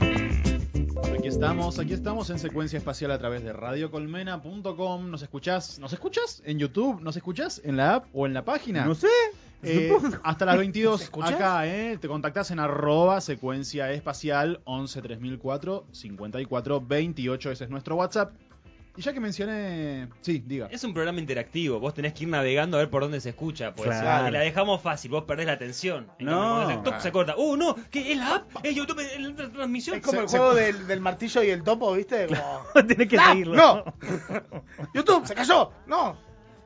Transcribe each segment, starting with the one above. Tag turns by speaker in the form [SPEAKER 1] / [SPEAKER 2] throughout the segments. [SPEAKER 1] Aquí Estamos, aquí estamos en secuencia espacial a través de radiocolmena.com. ¿Nos escuchás? ¿Nos escuchás en YouTube? ¿Nos escuchás en la app o en la página?
[SPEAKER 2] No sé.
[SPEAKER 1] Eh,
[SPEAKER 2] supongo.
[SPEAKER 1] hasta las 22
[SPEAKER 3] escuchás?
[SPEAKER 1] acá, ¿eh? Te contactás en arroba secuencia espacial 11 3004 54 28. Ese es nuestro WhatsApp. Y ya que mencioné. Sí, diga.
[SPEAKER 3] Es un programa interactivo, vos tenés que ir navegando a ver por dónde se escucha. Pues
[SPEAKER 2] Claro.
[SPEAKER 3] Y la dejamos fácil, vos perdés la atención. En
[SPEAKER 2] No.
[SPEAKER 3] cambio, cuando se- se corta. ¡Uh, no! ¿Qué es la app? ¿Es YouTube? ¿Es la transmisión?
[SPEAKER 4] Es como
[SPEAKER 1] Se-
[SPEAKER 4] el
[SPEAKER 1] se-
[SPEAKER 4] juego del, del martillo y el topo, ¿viste? Como,
[SPEAKER 2] Tenés que
[SPEAKER 4] ¡Ah!
[SPEAKER 2] seguirlo.
[SPEAKER 4] ¡No! ¡YouTube! ¡Se cayó! ¡No!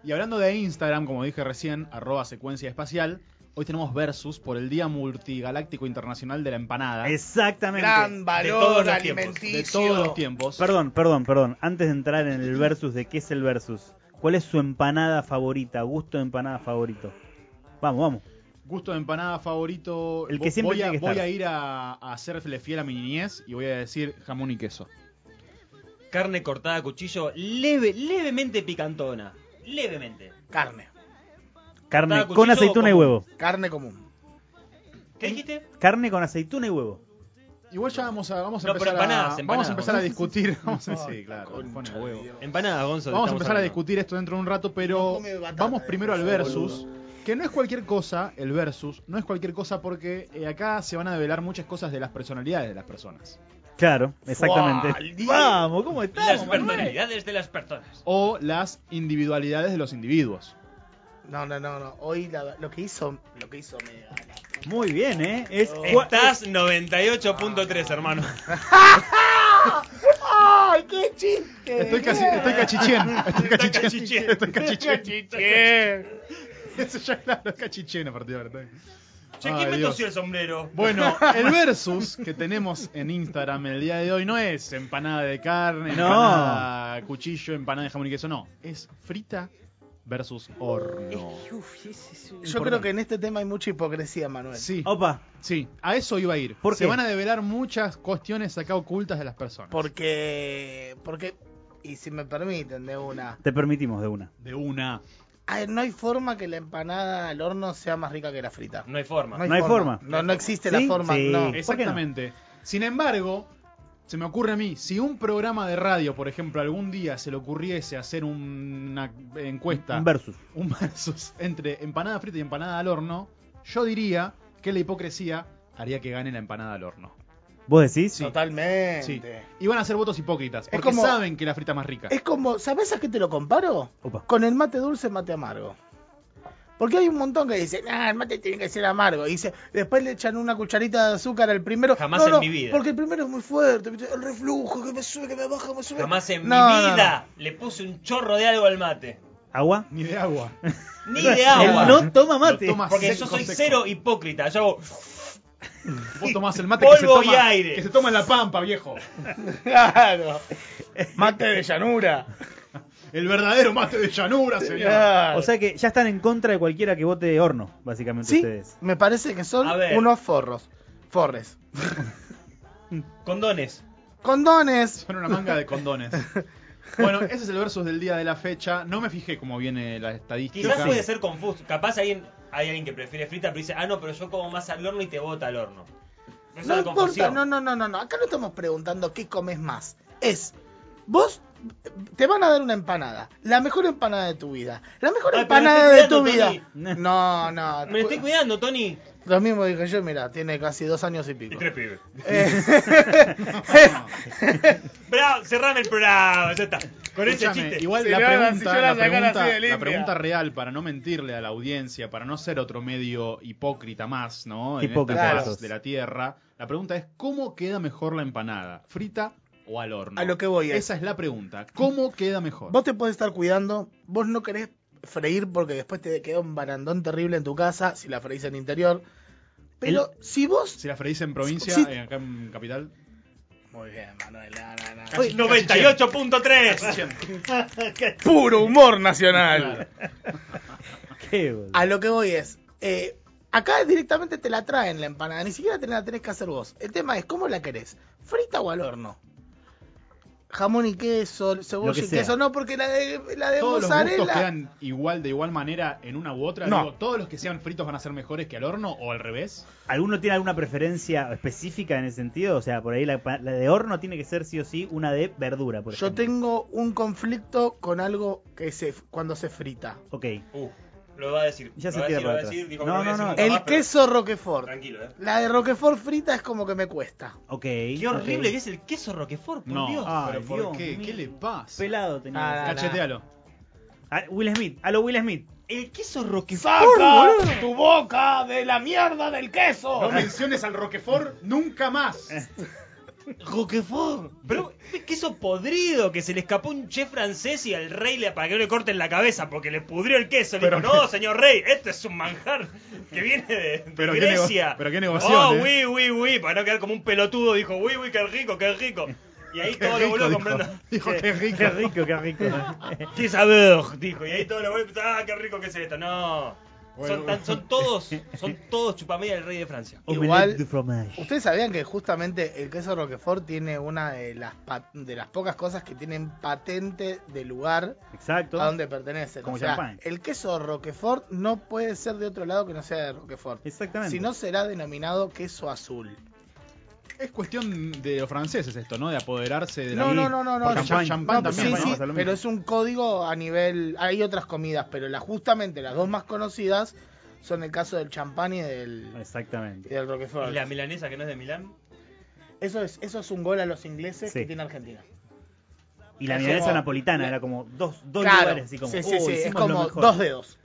[SPEAKER 1] Y hablando de Instagram, como dije recién, arroba secuencia espacial, hoy tenemos Versus por el Día Multigaláctico Internacional de la Empanada.
[SPEAKER 2] Exactamente.
[SPEAKER 4] Gran
[SPEAKER 3] De todos
[SPEAKER 4] valor
[SPEAKER 3] los tiempos,
[SPEAKER 4] alimenticio.
[SPEAKER 1] de todos los tiempos.
[SPEAKER 2] Perdón, perdón, perdón. Antes de entrar en el versus de qué es el versus, ¿cuál es su empanada favorita? Gusto de empanada favorito. Vamos, vamos.
[SPEAKER 1] Gusto de empanada favorito.
[SPEAKER 2] El que
[SPEAKER 1] Vo-
[SPEAKER 2] siempre
[SPEAKER 1] voy a,
[SPEAKER 2] tiene que
[SPEAKER 1] voy
[SPEAKER 2] estar.
[SPEAKER 1] a ir a, a hacerle fiel a mi niñez y voy a decir jamón y queso.
[SPEAKER 3] Carne cortada a cuchillo, leve, levemente picantona. Levemente.
[SPEAKER 4] Carne.
[SPEAKER 2] Carne
[SPEAKER 3] Cortada,
[SPEAKER 2] con
[SPEAKER 3] cuchillo
[SPEAKER 2] aceituna y
[SPEAKER 3] o con-
[SPEAKER 2] huevo.
[SPEAKER 4] Carne común.
[SPEAKER 3] ¿Qué dijiste?
[SPEAKER 2] Carne con aceituna y huevo.
[SPEAKER 1] Igual ya vamos a, vamos a
[SPEAKER 3] No, pero
[SPEAKER 1] empezar
[SPEAKER 3] empanadas,
[SPEAKER 1] a,
[SPEAKER 3] empanadas,
[SPEAKER 1] vamos a empezar a
[SPEAKER 3] Gonzalo.
[SPEAKER 1] discutir. Vamos a,
[SPEAKER 4] Ay,
[SPEAKER 1] sí, claro, pone
[SPEAKER 4] concha
[SPEAKER 1] huevo.
[SPEAKER 4] de Dios.
[SPEAKER 3] Empanada, Gonzalo.
[SPEAKER 1] Vamos a
[SPEAKER 3] estamos
[SPEAKER 1] empezar a
[SPEAKER 3] hablando.
[SPEAKER 1] discutir esto dentro de un rato,
[SPEAKER 4] No
[SPEAKER 1] pero
[SPEAKER 4] come batata,
[SPEAKER 1] vamos
[SPEAKER 4] eh,
[SPEAKER 1] primero al
[SPEAKER 4] por favor,
[SPEAKER 1] versus, que no es cualquier cosa, el versus, no es cualquier cosa porque eh, acá se van a develar muchas cosas de las personalidades de las personas.
[SPEAKER 2] Claro,
[SPEAKER 4] Fuá, el
[SPEAKER 2] exactamente.
[SPEAKER 4] día.
[SPEAKER 2] Vamos, ¿cómo
[SPEAKER 3] Las
[SPEAKER 2] estamos? Manuel?
[SPEAKER 3] personalidades de las personas.
[SPEAKER 1] O las individualidades de los individuos.
[SPEAKER 4] No, no, no, no. Hoy la- lo que hizo, lo que hizo me
[SPEAKER 2] Muy bien, ¿eh? Es cua-
[SPEAKER 3] Estás 98.3, hermano.
[SPEAKER 4] ¡Ay, qué chiste!
[SPEAKER 1] Estoy, casi, estoy cachichén. Estoy cachichén.
[SPEAKER 3] cachichén.
[SPEAKER 1] Estoy cachichén.
[SPEAKER 4] Cachichén.
[SPEAKER 1] Eso ya claro, es cachichén a partir de ahora.
[SPEAKER 3] Che,
[SPEAKER 1] Ay,
[SPEAKER 3] ¿quién me
[SPEAKER 1] Dios.
[SPEAKER 3] tosió el sombrero?
[SPEAKER 1] Bueno, el versus que tenemos en Instagram el día de hoy no es empanada de carne,
[SPEAKER 2] No.
[SPEAKER 1] empanada de cuchillo, empanada de jamón y queso, no. Es frita versus horno.
[SPEAKER 4] Yo creo que en este tema hay mucha hipocresía, Manuel.
[SPEAKER 1] Sí,
[SPEAKER 2] Opa,
[SPEAKER 1] sí, a eso iba a ir.
[SPEAKER 2] Oh. ¿Por
[SPEAKER 1] Se
[SPEAKER 2] qué?
[SPEAKER 1] van a develar muchas cuestiones acá ocultas de las personas.
[SPEAKER 4] Porque, porque, y si me permiten, de una,
[SPEAKER 2] te permitimos de una.
[SPEAKER 1] De una.
[SPEAKER 4] Ay, no hay forma que la empanada al horno sea más rica que la frita.
[SPEAKER 3] No hay forma.
[SPEAKER 2] No hay forma.
[SPEAKER 4] No, no existe
[SPEAKER 2] ¿Sí?
[SPEAKER 4] la forma,
[SPEAKER 2] Sí.
[SPEAKER 4] no.
[SPEAKER 2] Es-
[SPEAKER 1] Exactamente. Sin embargo, se me ocurre a mí, si un programa de radio, por ejemplo, algún día se le ocurriese hacer una encuesta,
[SPEAKER 2] Un versus.
[SPEAKER 1] un versus entre empanada frita y empanada al horno, yo diría que la hipocresía haría que gane la empanada al horno.
[SPEAKER 2] ¿Vos decís?
[SPEAKER 1] Sí.
[SPEAKER 4] Totalmente.
[SPEAKER 1] Sí. Y van a ser votos hipócritas, porque
[SPEAKER 4] como-
[SPEAKER 1] saben que la frita es más rica.
[SPEAKER 4] Es como, ¿sabes a qué te lo comparo?
[SPEAKER 2] Opa.
[SPEAKER 4] Con el mate dulce, mate amargo. Porque hay un montón que dicen, ah, el mate tiene que ser amargo. Y dice, después le echan una cucharita de azúcar al primero.
[SPEAKER 3] Jamás
[SPEAKER 4] No,
[SPEAKER 3] en
[SPEAKER 4] no,
[SPEAKER 3] mi vida.
[SPEAKER 4] Porque el primero es muy fuerte. ¿viste? El reflujo, que me sube, que me baja, me sube.
[SPEAKER 3] Jamás en
[SPEAKER 4] No,
[SPEAKER 3] mi
[SPEAKER 4] no, no.
[SPEAKER 3] vida le puse un chorro de algo al mate.
[SPEAKER 2] ¿Agua?
[SPEAKER 1] Ni de agua.
[SPEAKER 3] Ni de agua.
[SPEAKER 2] Él no toma mate.
[SPEAKER 1] Lo toma
[SPEAKER 3] Porque
[SPEAKER 1] seco,
[SPEAKER 3] yo soy
[SPEAKER 1] seco.
[SPEAKER 3] cero hipócrita. Yo hago,
[SPEAKER 1] Vos tomás el mate que se,
[SPEAKER 3] Polvo y
[SPEAKER 1] toma,
[SPEAKER 3] aire.
[SPEAKER 1] que se toma en la pampa, viejo.
[SPEAKER 4] Claro. Mate de llanura.
[SPEAKER 1] El verdadero mate de llanura, señor.
[SPEAKER 4] Claro.
[SPEAKER 2] O sea que ya están en contra de cualquiera que vote horno, básicamente
[SPEAKER 4] sí,
[SPEAKER 2] ustedes.
[SPEAKER 4] me parece que son
[SPEAKER 3] A ver.
[SPEAKER 4] unos forros. Forres.
[SPEAKER 3] condones.
[SPEAKER 4] Condones.
[SPEAKER 1] Son una manga de condones. Bueno, ese es el versus del día de la fecha. No me fijé cómo viene la estadística.
[SPEAKER 3] Quizás puede ser confuso. Capaz alguien, hay alguien que prefiere frita, pero dice, ah, no, pero yo como más al horno y te bota al horno. Eso
[SPEAKER 4] No
[SPEAKER 3] es
[SPEAKER 4] importa,
[SPEAKER 3] confusión.
[SPEAKER 4] no, no, no, no, no. Acá no estamos preguntando qué comes más. Es, vos te van a dar una empanada, la mejor empanada de tu vida, la mejor
[SPEAKER 3] Ay, pero
[SPEAKER 4] empanada
[SPEAKER 3] me
[SPEAKER 4] de
[SPEAKER 3] estoy
[SPEAKER 4] tu vida.
[SPEAKER 3] cuidando,
[SPEAKER 2] Tony.
[SPEAKER 4] No, no. Pues,
[SPEAKER 3] Me estoy cuidando, Tony.
[SPEAKER 4] Lo mismo dije yo, mira, tiene casi dos años y pico.
[SPEAKER 3] pibes.
[SPEAKER 4] Eh,
[SPEAKER 3] Bravo, cerrame el programa. Ya está. Con ese
[SPEAKER 1] Escúchame,
[SPEAKER 3] chiste.
[SPEAKER 1] Igual
[SPEAKER 4] Si
[SPEAKER 1] la
[SPEAKER 4] no, la- si
[SPEAKER 1] pregunta,
[SPEAKER 4] yo la
[SPEAKER 1] la,
[SPEAKER 4] sacara así
[SPEAKER 1] pregunta,
[SPEAKER 4] de
[SPEAKER 1] la
[SPEAKER 4] limpia.
[SPEAKER 1] pregunta real, para no mentirle a la audiencia, para no ser otro medio hipócrita más, ¿no? En
[SPEAKER 2] Hipócrita
[SPEAKER 1] esta faz
[SPEAKER 2] sos.
[SPEAKER 1] de la tierra, la pregunta es: ¿cómo queda mejor la empanada? ¿Frita o al horno?
[SPEAKER 4] A lo que voy es-
[SPEAKER 1] Esa es la pregunta. ¿Cómo queda mejor?
[SPEAKER 4] Vos te podés estar cuidando, vos no querés freír porque después te queda un barandón terrible en tu casa si la freís en interior. Pero si vos...
[SPEAKER 1] Si la freís en provincia,
[SPEAKER 4] Sí.
[SPEAKER 1] eh, acá en Capital.
[SPEAKER 4] Muy bien, Manuel. no, no, no.
[SPEAKER 3] 98.3.
[SPEAKER 4] Puro humor nacional.
[SPEAKER 2] Qué boludo.
[SPEAKER 4] A lo que voy es, eh, acá directamente te la traen la empanada, ni siquiera te la tenés que hacer vos. El tema es, ¿cómo la querés? ¿Frita o al horno? jamón y queso,
[SPEAKER 2] Lo
[SPEAKER 4] cebolla
[SPEAKER 2] que
[SPEAKER 4] y
[SPEAKER 2] sea.
[SPEAKER 4] queso, no, porque la de, la de
[SPEAKER 1] Todos los gustos
[SPEAKER 4] mozzarella-
[SPEAKER 1] quedan igual de igual manera en una u otra.
[SPEAKER 4] No.
[SPEAKER 1] Digo, Todos los que sean fritos van a ser mejores que al horno o al revés.
[SPEAKER 2] ¿Alguno tiene alguna preferencia específica en ese sentido? O sea, por ahí la, pa- la de horno tiene que ser sí o sí una de verdura, por
[SPEAKER 4] Yo
[SPEAKER 2] ejemplo.
[SPEAKER 4] tengo un conflicto con algo que se cuando se frita.
[SPEAKER 2] Ok.
[SPEAKER 3] Uh, lo va a decir.
[SPEAKER 2] Ya
[SPEAKER 3] lo
[SPEAKER 2] se
[SPEAKER 3] va a
[SPEAKER 2] tira para
[SPEAKER 3] decir, lo va a
[SPEAKER 2] atrás.
[SPEAKER 3] decir, dijo que
[SPEAKER 2] No,
[SPEAKER 3] iba a
[SPEAKER 2] no,
[SPEAKER 3] decir
[SPEAKER 2] no.
[SPEAKER 3] nunca
[SPEAKER 4] El
[SPEAKER 3] más, pero-
[SPEAKER 4] queso Roquefort.
[SPEAKER 3] Tranquilo, eh.
[SPEAKER 4] La de Roquefort frita es como que me cuesta.
[SPEAKER 2] Ok.
[SPEAKER 3] Qué horrible
[SPEAKER 2] ok.
[SPEAKER 3] que es el queso Roquefort, por
[SPEAKER 1] no,
[SPEAKER 3] Dios.
[SPEAKER 2] Ah,
[SPEAKER 1] pero
[SPEAKER 2] Ay,
[SPEAKER 1] ¿por
[SPEAKER 2] Dios
[SPEAKER 1] qué?
[SPEAKER 2] mío.
[SPEAKER 1] ¿Qué le pasa?
[SPEAKER 2] Pelado tenía.
[SPEAKER 4] Ah,
[SPEAKER 1] Cachetealo.
[SPEAKER 2] Ah, Will Smith, a lo Will Smith.
[SPEAKER 3] El queso Roquefort.
[SPEAKER 4] ¡Saca tu boca de la mierda del queso!
[SPEAKER 1] No menciones al Roquefort nunca más.
[SPEAKER 3] Roquefort. Pero es queso podrido que se le escapó un chef francés y al rey le apagó le corten la cabeza porque le pudrió el queso. Le
[SPEAKER 1] Pero-
[SPEAKER 3] dijo, no, señor rey, esto es un manjar que viene de
[SPEAKER 1] Pero qué
[SPEAKER 3] Grecia.
[SPEAKER 1] nego- pero qué negociación,
[SPEAKER 3] Oh,
[SPEAKER 1] eh.
[SPEAKER 3] uy, uy, uy, para no quedar como un pelotudo, dijo, uy, uy, qué rico, qué rico. Y ahí
[SPEAKER 1] Qué
[SPEAKER 3] todo lo
[SPEAKER 1] rico,
[SPEAKER 3] volvió
[SPEAKER 1] dijo.
[SPEAKER 3] comprando.
[SPEAKER 1] Dijo, Oh, qué rico.
[SPEAKER 2] Qué rico, qué rico.
[SPEAKER 3] ¡Qué sabor! Dijo, y ahí todo lo vuelve, ¡ah, qué rico que es esto! No.
[SPEAKER 1] Bueno,
[SPEAKER 3] son, tan- son todos, son todos chupamedia del rey de Francia.
[SPEAKER 4] Igual-
[SPEAKER 2] de fromage.
[SPEAKER 4] ¿Ustedes sabían que justamente el queso Roquefort tiene una de las, pa- de las pocas cosas que tienen patente de lugar
[SPEAKER 2] Exacto.
[SPEAKER 4] a donde pertenecen?
[SPEAKER 2] Como
[SPEAKER 4] o sea,
[SPEAKER 2] champagne.
[SPEAKER 4] el queso Roquefort no puede ser de otro lado que no sea de Roquefort.
[SPEAKER 2] Exactamente.
[SPEAKER 4] Si no, será denominado queso azul.
[SPEAKER 1] Es cuestión de los franceses esto, ¿no? De apoderarse de la
[SPEAKER 4] No, no, no, no, no.
[SPEAKER 1] Porque
[SPEAKER 4] no,
[SPEAKER 1] champán,
[SPEAKER 4] no,
[SPEAKER 1] también,
[SPEAKER 4] sí,
[SPEAKER 1] ¿no?
[SPEAKER 4] sí,
[SPEAKER 2] Pasa lo mismo.
[SPEAKER 4] pero es un código a nivel. Hay otras comidas, pero las justamente las dos más conocidas son el caso del champán y del, y
[SPEAKER 2] Exactamente.
[SPEAKER 4] del Roquefort.
[SPEAKER 3] ¿Y la milanesa que no es de Milán?
[SPEAKER 4] Eso es, eso es un gol a los ingleses
[SPEAKER 2] Sí.
[SPEAKER 4] que tiene Argentina.
[SPEAKER 2] Y la
[SPEAKER 4] Es
[SPEAKER 2] milanesa
[SPEAKER 4] como-
[SPEAKER 2] napolitana era como dos, dos
[SPEAKER 4] Claro,
[SPEAKER 2] lugares así como.
[SPEAKER 4] sí, sí,
[SPEAKER 2] "Oh,
[SPEAKER 4] sí, es
[SPEAKER 2] hicimos lo
[SPEAKER 4] como
[SPEAKER 2] mejor".
[SPEAKER 4] dos dedos.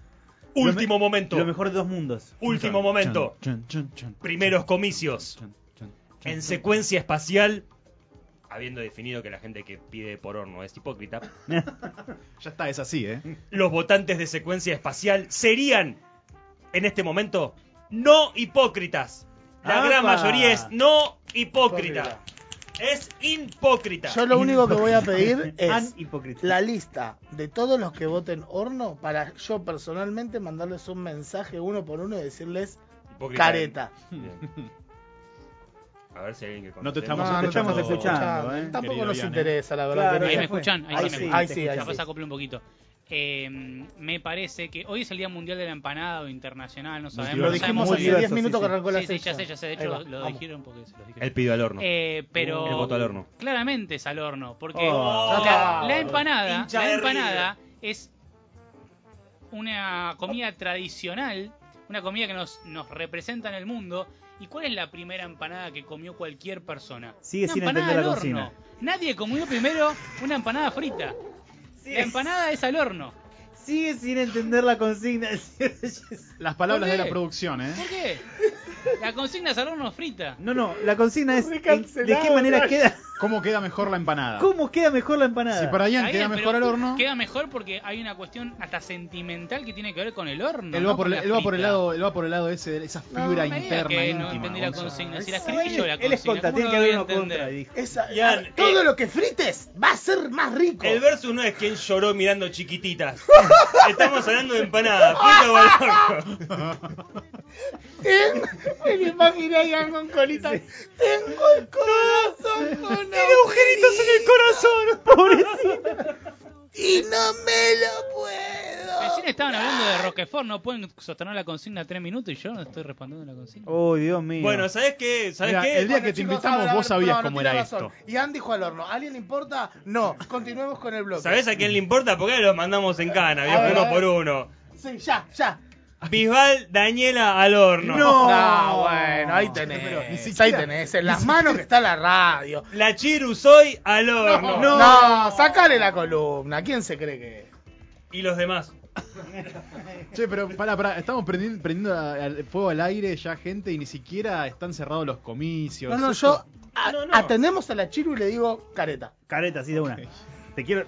[SPEAKER 3] Último momento.
[SPEAKER 2] Lo mejor de dos mundos.
[SPEAKER 3] Último momento. Primeros comicios. En secuencia espacial. Habiendo definido que la gente que pide por horno es hipócrita.
[SPEAKER 1] Ya está, es así, ¿eh?
[SPEAKER 3] Los votantes de secuencia espacial serían, en este momento, no hipócritas. La
[SPEAKER 2] ¡Apa!
[SPEAKER 3] gran mayoría es no hipócrita. Es hipócrita.
[SPEAKER 4] Yo lo único que voy a pedir
[SPEAKER 2] An
[SPEAKER 4] es
[SPEAKER 2] hipócrita.
[SPEAKER 4] la lista de todos los que voten horno para yo personalmente mandarles un mensaje uno por uno y decirles
[SPEAKER 3] Hipócrita.
[SPEAKER 4] careta.
[SPEAKER 3] Bien. A ver si hay alguien que
[SPEAKER 1] No te
[SPEAKER 3] conteste.
[SPEAKER 1] estamos escuchando.
[SPEAKER 2] estamos escuchando, ¿eh?
[SPEAKER 4] Tampoco
[SPEAKER 1] Querido
[SPEAKER 4] nos
[SPEAKER 1] Ian, ¿eh?
[SPEAKER 4] interesa, la verdad.
[SPEAKER 2] Claro,
[SPEAKER 4] que no.
[SPEAKER 5] Ahí
[SPEAKER 2] ya
[SPEAKER 5] me
[SPEAKER 2] fue.
[SPEAKER 5] escuchan,
[SPEAKER 2] Ahí
[SPEAKER 5] ahí,
[SPEAKER 2] sí,
[SPEAKER 5] sí me escuchan.
[SPEAKER 2] ahí
[SPEAKER 4] sí, ahí
[SPEAKER 5] Ya
[SPEAKER 4] sí.
[SPEAKER 5] pasa, acople un poquito. Eh, me parece que hoy es el Día Mundial de la Empanada o Internacional, no sabemos.
[SPEAKER 4] Lo
[SPEAKER 5] no
[SPEAKER 4] dijimos
[SPEAKER 5] sabemos el
[SPEAKER 4] hace 10
[SPEAKER 2] Multiverso,
[SPEAKER 4] minutos
[SPEAKER 2] sí,
[SPEAKER 4] que arrancó la
[SPEAKER 5] Sí, sí, ya
[SPEAKER 4] sección.
[SPEAKER 5] sé, ya sé. De
[SPEAKER 4] Ahí
[SPEAKER 5] hecho,
[SPEAKER 4] va,
[SPEAKER 5] lo, lo
[SPEAKER 4] vamos.
[SPEAKER 5] dijeron porque se los dije.
[SPEAKER 3] El pido al horno.
[SPEAKER 5] Eh, pero
[SPEAKER 3] El voto al horno.
[SPEAKER 5] claramente es al horno, porque
[SPEAKER 2] Oh.
[SPEAKER 5] la,
[SPEAKER 4] Ah,
[SPEAKER 5] la empanada,
[SPEAKER 3] hincha
[SPEAKER 5] la
[SPEAKER 3] de
[SPEAKER 5] empanada es una comida tradicional, una comida que nos, nos representa en el mundo. ¿Y cuál es la primera empanada que comió cualquier persona?
[SPEAKER 2] Sigue
[SPEAKER 5] una
[SPEAKER 2] sin
[SPEAKER 5] empanada
[SPEAKER 2] entender la
[SPEAKER 5] al horno. Nadie comió primero una empanada frita. La empanada es al horno.
[SPEAKER 2] Sigue sin entender la consigna.
[SPEAKER 1] Las palabras
[SPEAKER 5] ¿Por
[SPEAKER 1] de
[SPEAKER 5] qué?
[SPEAKER 1] la producción, ¿eh?
[SPEAKER 5] ¿Por qué? La consigna es al horno frita.
[SPEAKER 2] No, no, la consigna es en- de qué
[SPEAKER 4] Recancelado,
[SPEAKER 2] manera
[SPEAKER 4] Brian.
[SPEAKER 2] queda,
[SPEAKER 1] ¿Cómo queda mejor la empanada?
[SPEAKER 2] cómo queda mejor la empanada.
[SPEAKER 1] Si para Ian
[SPEAKER 5] Está
[SPEAKER 1] queda
[SPEAKER 5] bien,
[SPEAKER 1] mejor
[SPEAKER 5] pero
[SPEAKER 1] el horno,
[SPEAKER 5] Queda mejor porque hay una cuestión hasta sentimental que tiene que ver con el horno.
[SPEAKER 1] él
[SPEAKER 5] no
[SPEAKER 1] va por
[SPEAKER 5] con
[SPEAKER 1] el,
[SPEAKER 5] la
[SPEAKER 1] él va por el
[SPEAKER 5] frita.
[SPEAKER 1] lado, él va por el lado ese, de esa
[SPEAKER 4] No,
[SPEAKER 1] fibra
[SPEAKER 5] No me digas
[SPEAKER 1] interna
[SPEAKER 5] que no
[SPEAKER 1] íntima.
[SPEAKER 5] entendí la
[SPEAKER 1] Gonzalo.
[SPEAKER 5] consigna. Si la
[SPEAKER 2] Él-
[SPEAKER 5] escribí yo la
[SPEAKER 2] Él es
[SPEAKER 5] consigna.
[SPEAKER 2] contra,
[SPEAKER 5] ¿cómo
[SPEAKER 2] tiene
[SPEAKER 5] no
[SPEAKER 2] que
[SPEAKER 5] voy
[SPEAKER 2] haber
[SPEAKER 5] a
[SPEAKER 2] uno
[SPEAKER 5] entender?
[SPEAKER 2] contra. dijo.
[SPEAKER 4] Esa-
[SPEAKER 3] Ian,
[SPEAKER 4] todo
[SPEAKER 3] eh,
[SPEAKER 4] lo que frites va a ser más rico.
[SPEAKER 3] El versus no es quien lloró mirando chiquititas. Estamos hablando de empanada. Frita o al horno.
[SPEAKER 4] Ten- Me lo imagino a Ian con colita. Tengo el corazón con agujeritos en el corazón, Y no me lo puedo.
[SPEAKER 5] Recién estaban hablando de Roquefort, no pueden sostener la consigna tres minutos y yo no estoy respondiendo la consigna.
[SPEAKER 2] Oh, Dios mío.
[SPEAKER 3] Bueno, ¿sabes qué? ¿Sabes
[SPEAKER 1] Mira,
[SPEAKER 3] qué?
[SPEAKER 1] el día que te invitamos,
[SPEAKER 4] ahora,
[SPEAKER 1] vos
[SPEAKER 4] no,
[SPEAKER 1] sabías
[SPEAKER 4] no,
[SPEAKER 1] cómo
[SPEAKER 4] tiene
[SPEAKER 1] era
[SPEAKER 4] razón.
[SPEAKER 1] esto.
[SPEAKER 4] Ian dijo al horno, ¿a alguien le importa? No, continuemos con el bloque.
[SPEAKER 3] ¿Sabes a quién le importa? Porque los mandamos en cana, viejo,
[SPEAKER 4] A ver,
[SPEAKER 3] uno
[SPEAKER 4] a ver.
[SPEAKER 3] por uno.
[SPEAKER 4] Sí, ya, ya.
[SPEAKER 3] Bisbal, Daniela al horno.
[SPEAKER 2] No.
[SPEAKER 4] Ah, bueno, ahí
[SPEAKER 1] Pero ni
[SPEAKER 4] tenés. Ahí
[SPEAKER 1] siquiera-
[SPEAKER 4] tenés. En las manos que está la radio.
[SPEAKER 3] La Chirusoy al horno.
[SPEAKER 4] No, sacale la columna. ¿Quién se cree que es?
[SPEAKER 3] Y los demás.
[SPEAKER 1] Che, pero pará, pará, estamos prendi- prendiendo, a- al- fuego al aire ya gente y ni siquiera están cerrados los comicios.
[SPEAKER 4] No, no, yo.
[SPEAKER 1] Esto-
[SPEAKER 4] a-
[SPEAKER 3] No, no.
[SPEAKER 4] Atendemos a la Chiru y le digo careta.
[SPEAKER 2] Careta, así de una. Te quiero.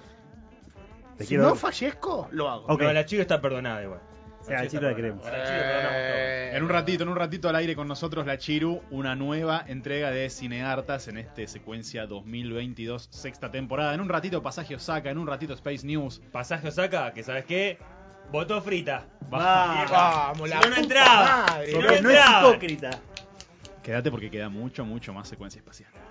[SPEAKER 2] Te
[SPEAKER 4] Si
[SPEAKER 2] quiero.
[SPEAKER 4] no fallezco, lo hago.
[SPEAKER 2] Ok.
[SPEAKER 3] No, la Chiru está perdonada igual.
[SPEAKER 2] O sea, al
[SPEAKER 3] Chiru
[SPEAKER 2] chico la
[SPEAKER 3] está
[SPEAKER 2] queremos.
[SPEAKER 3] perdonada. A la Chiru perdonamos todo.
[SPEAKER 4] Eh,
[SPEAKER 1] En un ratito, en un ratito al aire con nosotros la Chiru, una nueva entrega de Cineartas en este secuencia 2022, sexta temporada. En un ratito Pasaje Osaka, en un ratito Space News.
[SPEAKER 3] Pasaje Osaka, que sabes qué, votó frita.
[SPEAKER 2] Va.
[SPEAKER 4] Vamos,
[SPEAKER 3] Si
[SPEAKER 4] la
[SPEAKER 3] no, no
[SPEAKER 4] puta
[SPEAKER 3] entraba.
[SPEAKER 4] madre.
[SPEAKER 3] Si no,
[SPEAKER 2] Porque no es
[SPEAKER 3] entraba.
[SPEAKER 2] hipócrita.
[SPEAKER 1] Quédate porque queda mucho, mucho más secuencia espacial.